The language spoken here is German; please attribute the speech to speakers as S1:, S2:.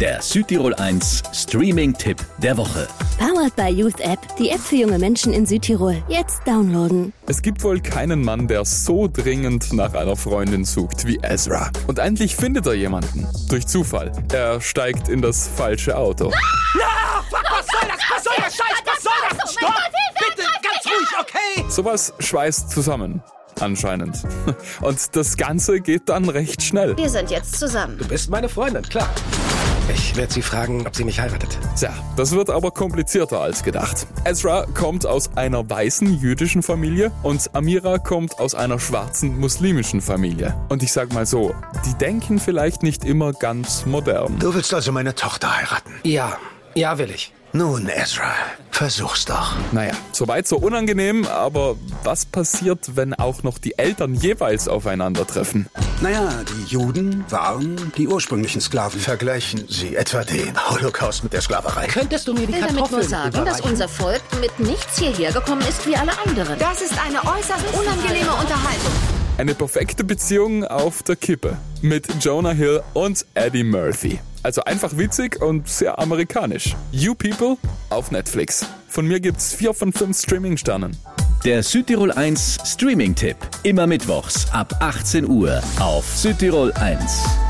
S1: Der Südtirol 1 Streaming-Tipp der Woche.
S2: Powered by Youth App, die App für junge Menschen in Südtirol. Jetzt downloaden.
S3: Es gibt wohl keinen Mann, der so dringend nach einer Freundin sucht wie Ezra. Und endlich findet er jemanden. Durch Zufall. Er steigt in das falsche Auto.
S4: Was soll das? Was soll das? Scheiß, was soll das? Stopp! Bitte, ganz ruhig, okay?
S3: Sowas schweißt zusammen. Anscheinend. Und das Ganze geht dann recht schnell.
S5: Wir sind jetzt zusammen.
S4: Du bist meine Freundin, klar. Ich werde sie fragen, ob sie mich heiratet.
S3: Tja, das wird aber komplizierter als gedacht. Ezra kommt aus einer weißen jüdischen Familie und Amira kommt aus einer schwarzen muslimischen Familie. Und ich sag mal so, die denken vielleicht nicht immer ganz modern.
S6: Du willst also meine Tochter heiraten.
S4: Ja, ja will ich.
S6: Nun, Ezra, versuch's doch.
S3: Naja, soweit so unangenehm, aber was passiert, wenn auch noch die Eltern jeweils aufeinandertreffen?
S7: Naja, die Juden waren die ursprünglichen Sklaven.
S6: Vergleichen Sie etwa den Holocaust mit der Sklaverei.
S4: Könntest du mir
S5: Ich
S4: die
S5: will damit nur
S4: Kartoffeln
S5: sagen, dass
S4: überreichen?
S5: unser Volk mit nichts hierher gekommen ist wie alle anderen.
S8: Das ist eine äußerst unangenehme Unterhaltung.
S3: Eine perfekte Beziehung auf der Kippe mit Jonah Hill und Eddie Murphy. Also einfach witzig und sehr amerikanisch. You People auf Netflix. Von mir gibt's vier von fünf Streaming-Sternen.
S1: Der Südtirol 1 Streaming-Tipp. Immer mittwochs ab 18 Uhr auf Südtirol 1.